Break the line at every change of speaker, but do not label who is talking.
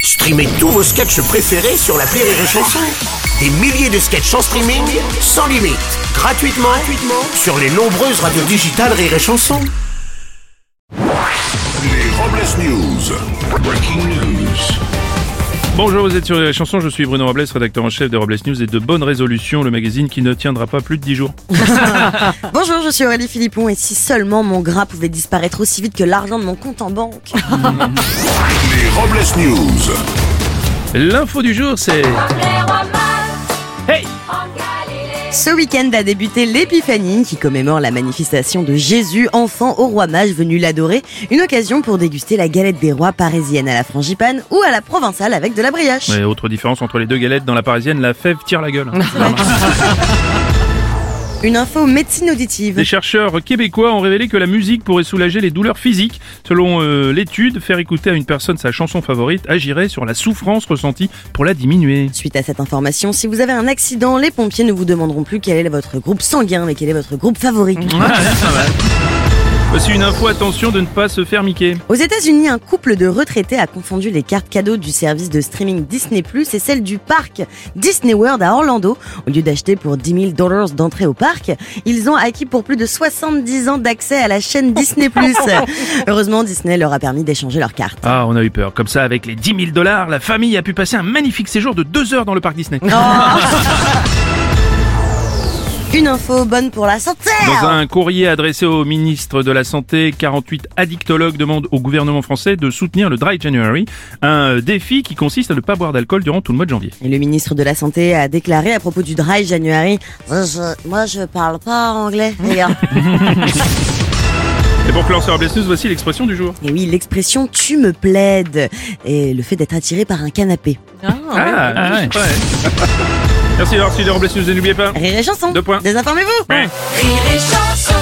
Streamez tous vos sketchs préférés sur la Rire et Chanson. Des milliers de sketchs en streaming, sans limite, gratuitement, gratuitement sur les nombreuses radios digitales Rire et Chanson.
Les Robles News. Breaking news.
Bonjour, vous êtes sur les chansons, je suis Bruno Robles, rédacteur en chef de Robles News et de Bonnes Résolutions, le magazine qui ne tiendra pas plus de 10 jours.
Bonjour, je suis Aurélie Philippon et si seulement mon gras pouvait disparaître aussi vite que l'argent de mon compte en banque.
Les Robles News.
L'info du jour, c'est... Hey
Ce week-end a débuté l'Épiphanie qui commémore la manifestation de Jésus, enfant au roi mage venu l'adorer, une occasion pour déguster la galette des rois parisienne à la frangipane ou à la provençale avec de la brioche.
Ouais, Autre différence entre les deux galettes, dans la parisienne, la fève tire la gueule.
Une info médecine auditive.
Des chercheurs québécois ont révélé que la musique pourrait soulager les douleurs physiques. Selon euh, l'étude, faire écouter à une personne sa chanson favorite agirait sur la souffrance ressentie pour la diminuer.
Suite à cette information, si vous avez un accident, les pompiers ne vous demanderont plus quel est votre groupe sanguin, mais quel est votre groupe favori.
Voici une info, attention de ne pas se faire miquer.
Aux États-Unis, un couple de retraités a confondu les cartes cadeaux du service de streaming Disney Plus et celles du parc Disney World à Orlando. Au lieu d'acheter pour 10 000 dollars d'entrée au parc, ils ont acquis pour plus de 70 ans d'accès à la chaîne Disney Plus. Heureusement, Disney leur a permis d'échanger leurs cartes.
Ah, on a eu peur. Comme ça, avec les 10 000 dollars, la famille a pu passer un magnifique séjour de deux heures dans le parc Disney.
Une info bonne pour la santé.
Dans un courrier adressé au ministre de la Santé, 48 addictologues demandent au gouvernement français de soutenir le Dry January, un défi qui consiste à ne pas boire d'alcool durant tout le mois de janvier.
Et le ministre de la Santé a déclaré à propos du Dry January, Je- moi je parle pas anglais, les gars.
Et pour clore sur Robles News, voici l'expression du jour.
Et oui, l'expression tu me plaides et le fait d'être attiré par un canapé.
Ah, ouais. Merci d'avoir suivi les Robles News et n'oubliez pas...
Rire et chanson.
Deux points.
Désinformez-vous.
Ouais.
Rire et chanson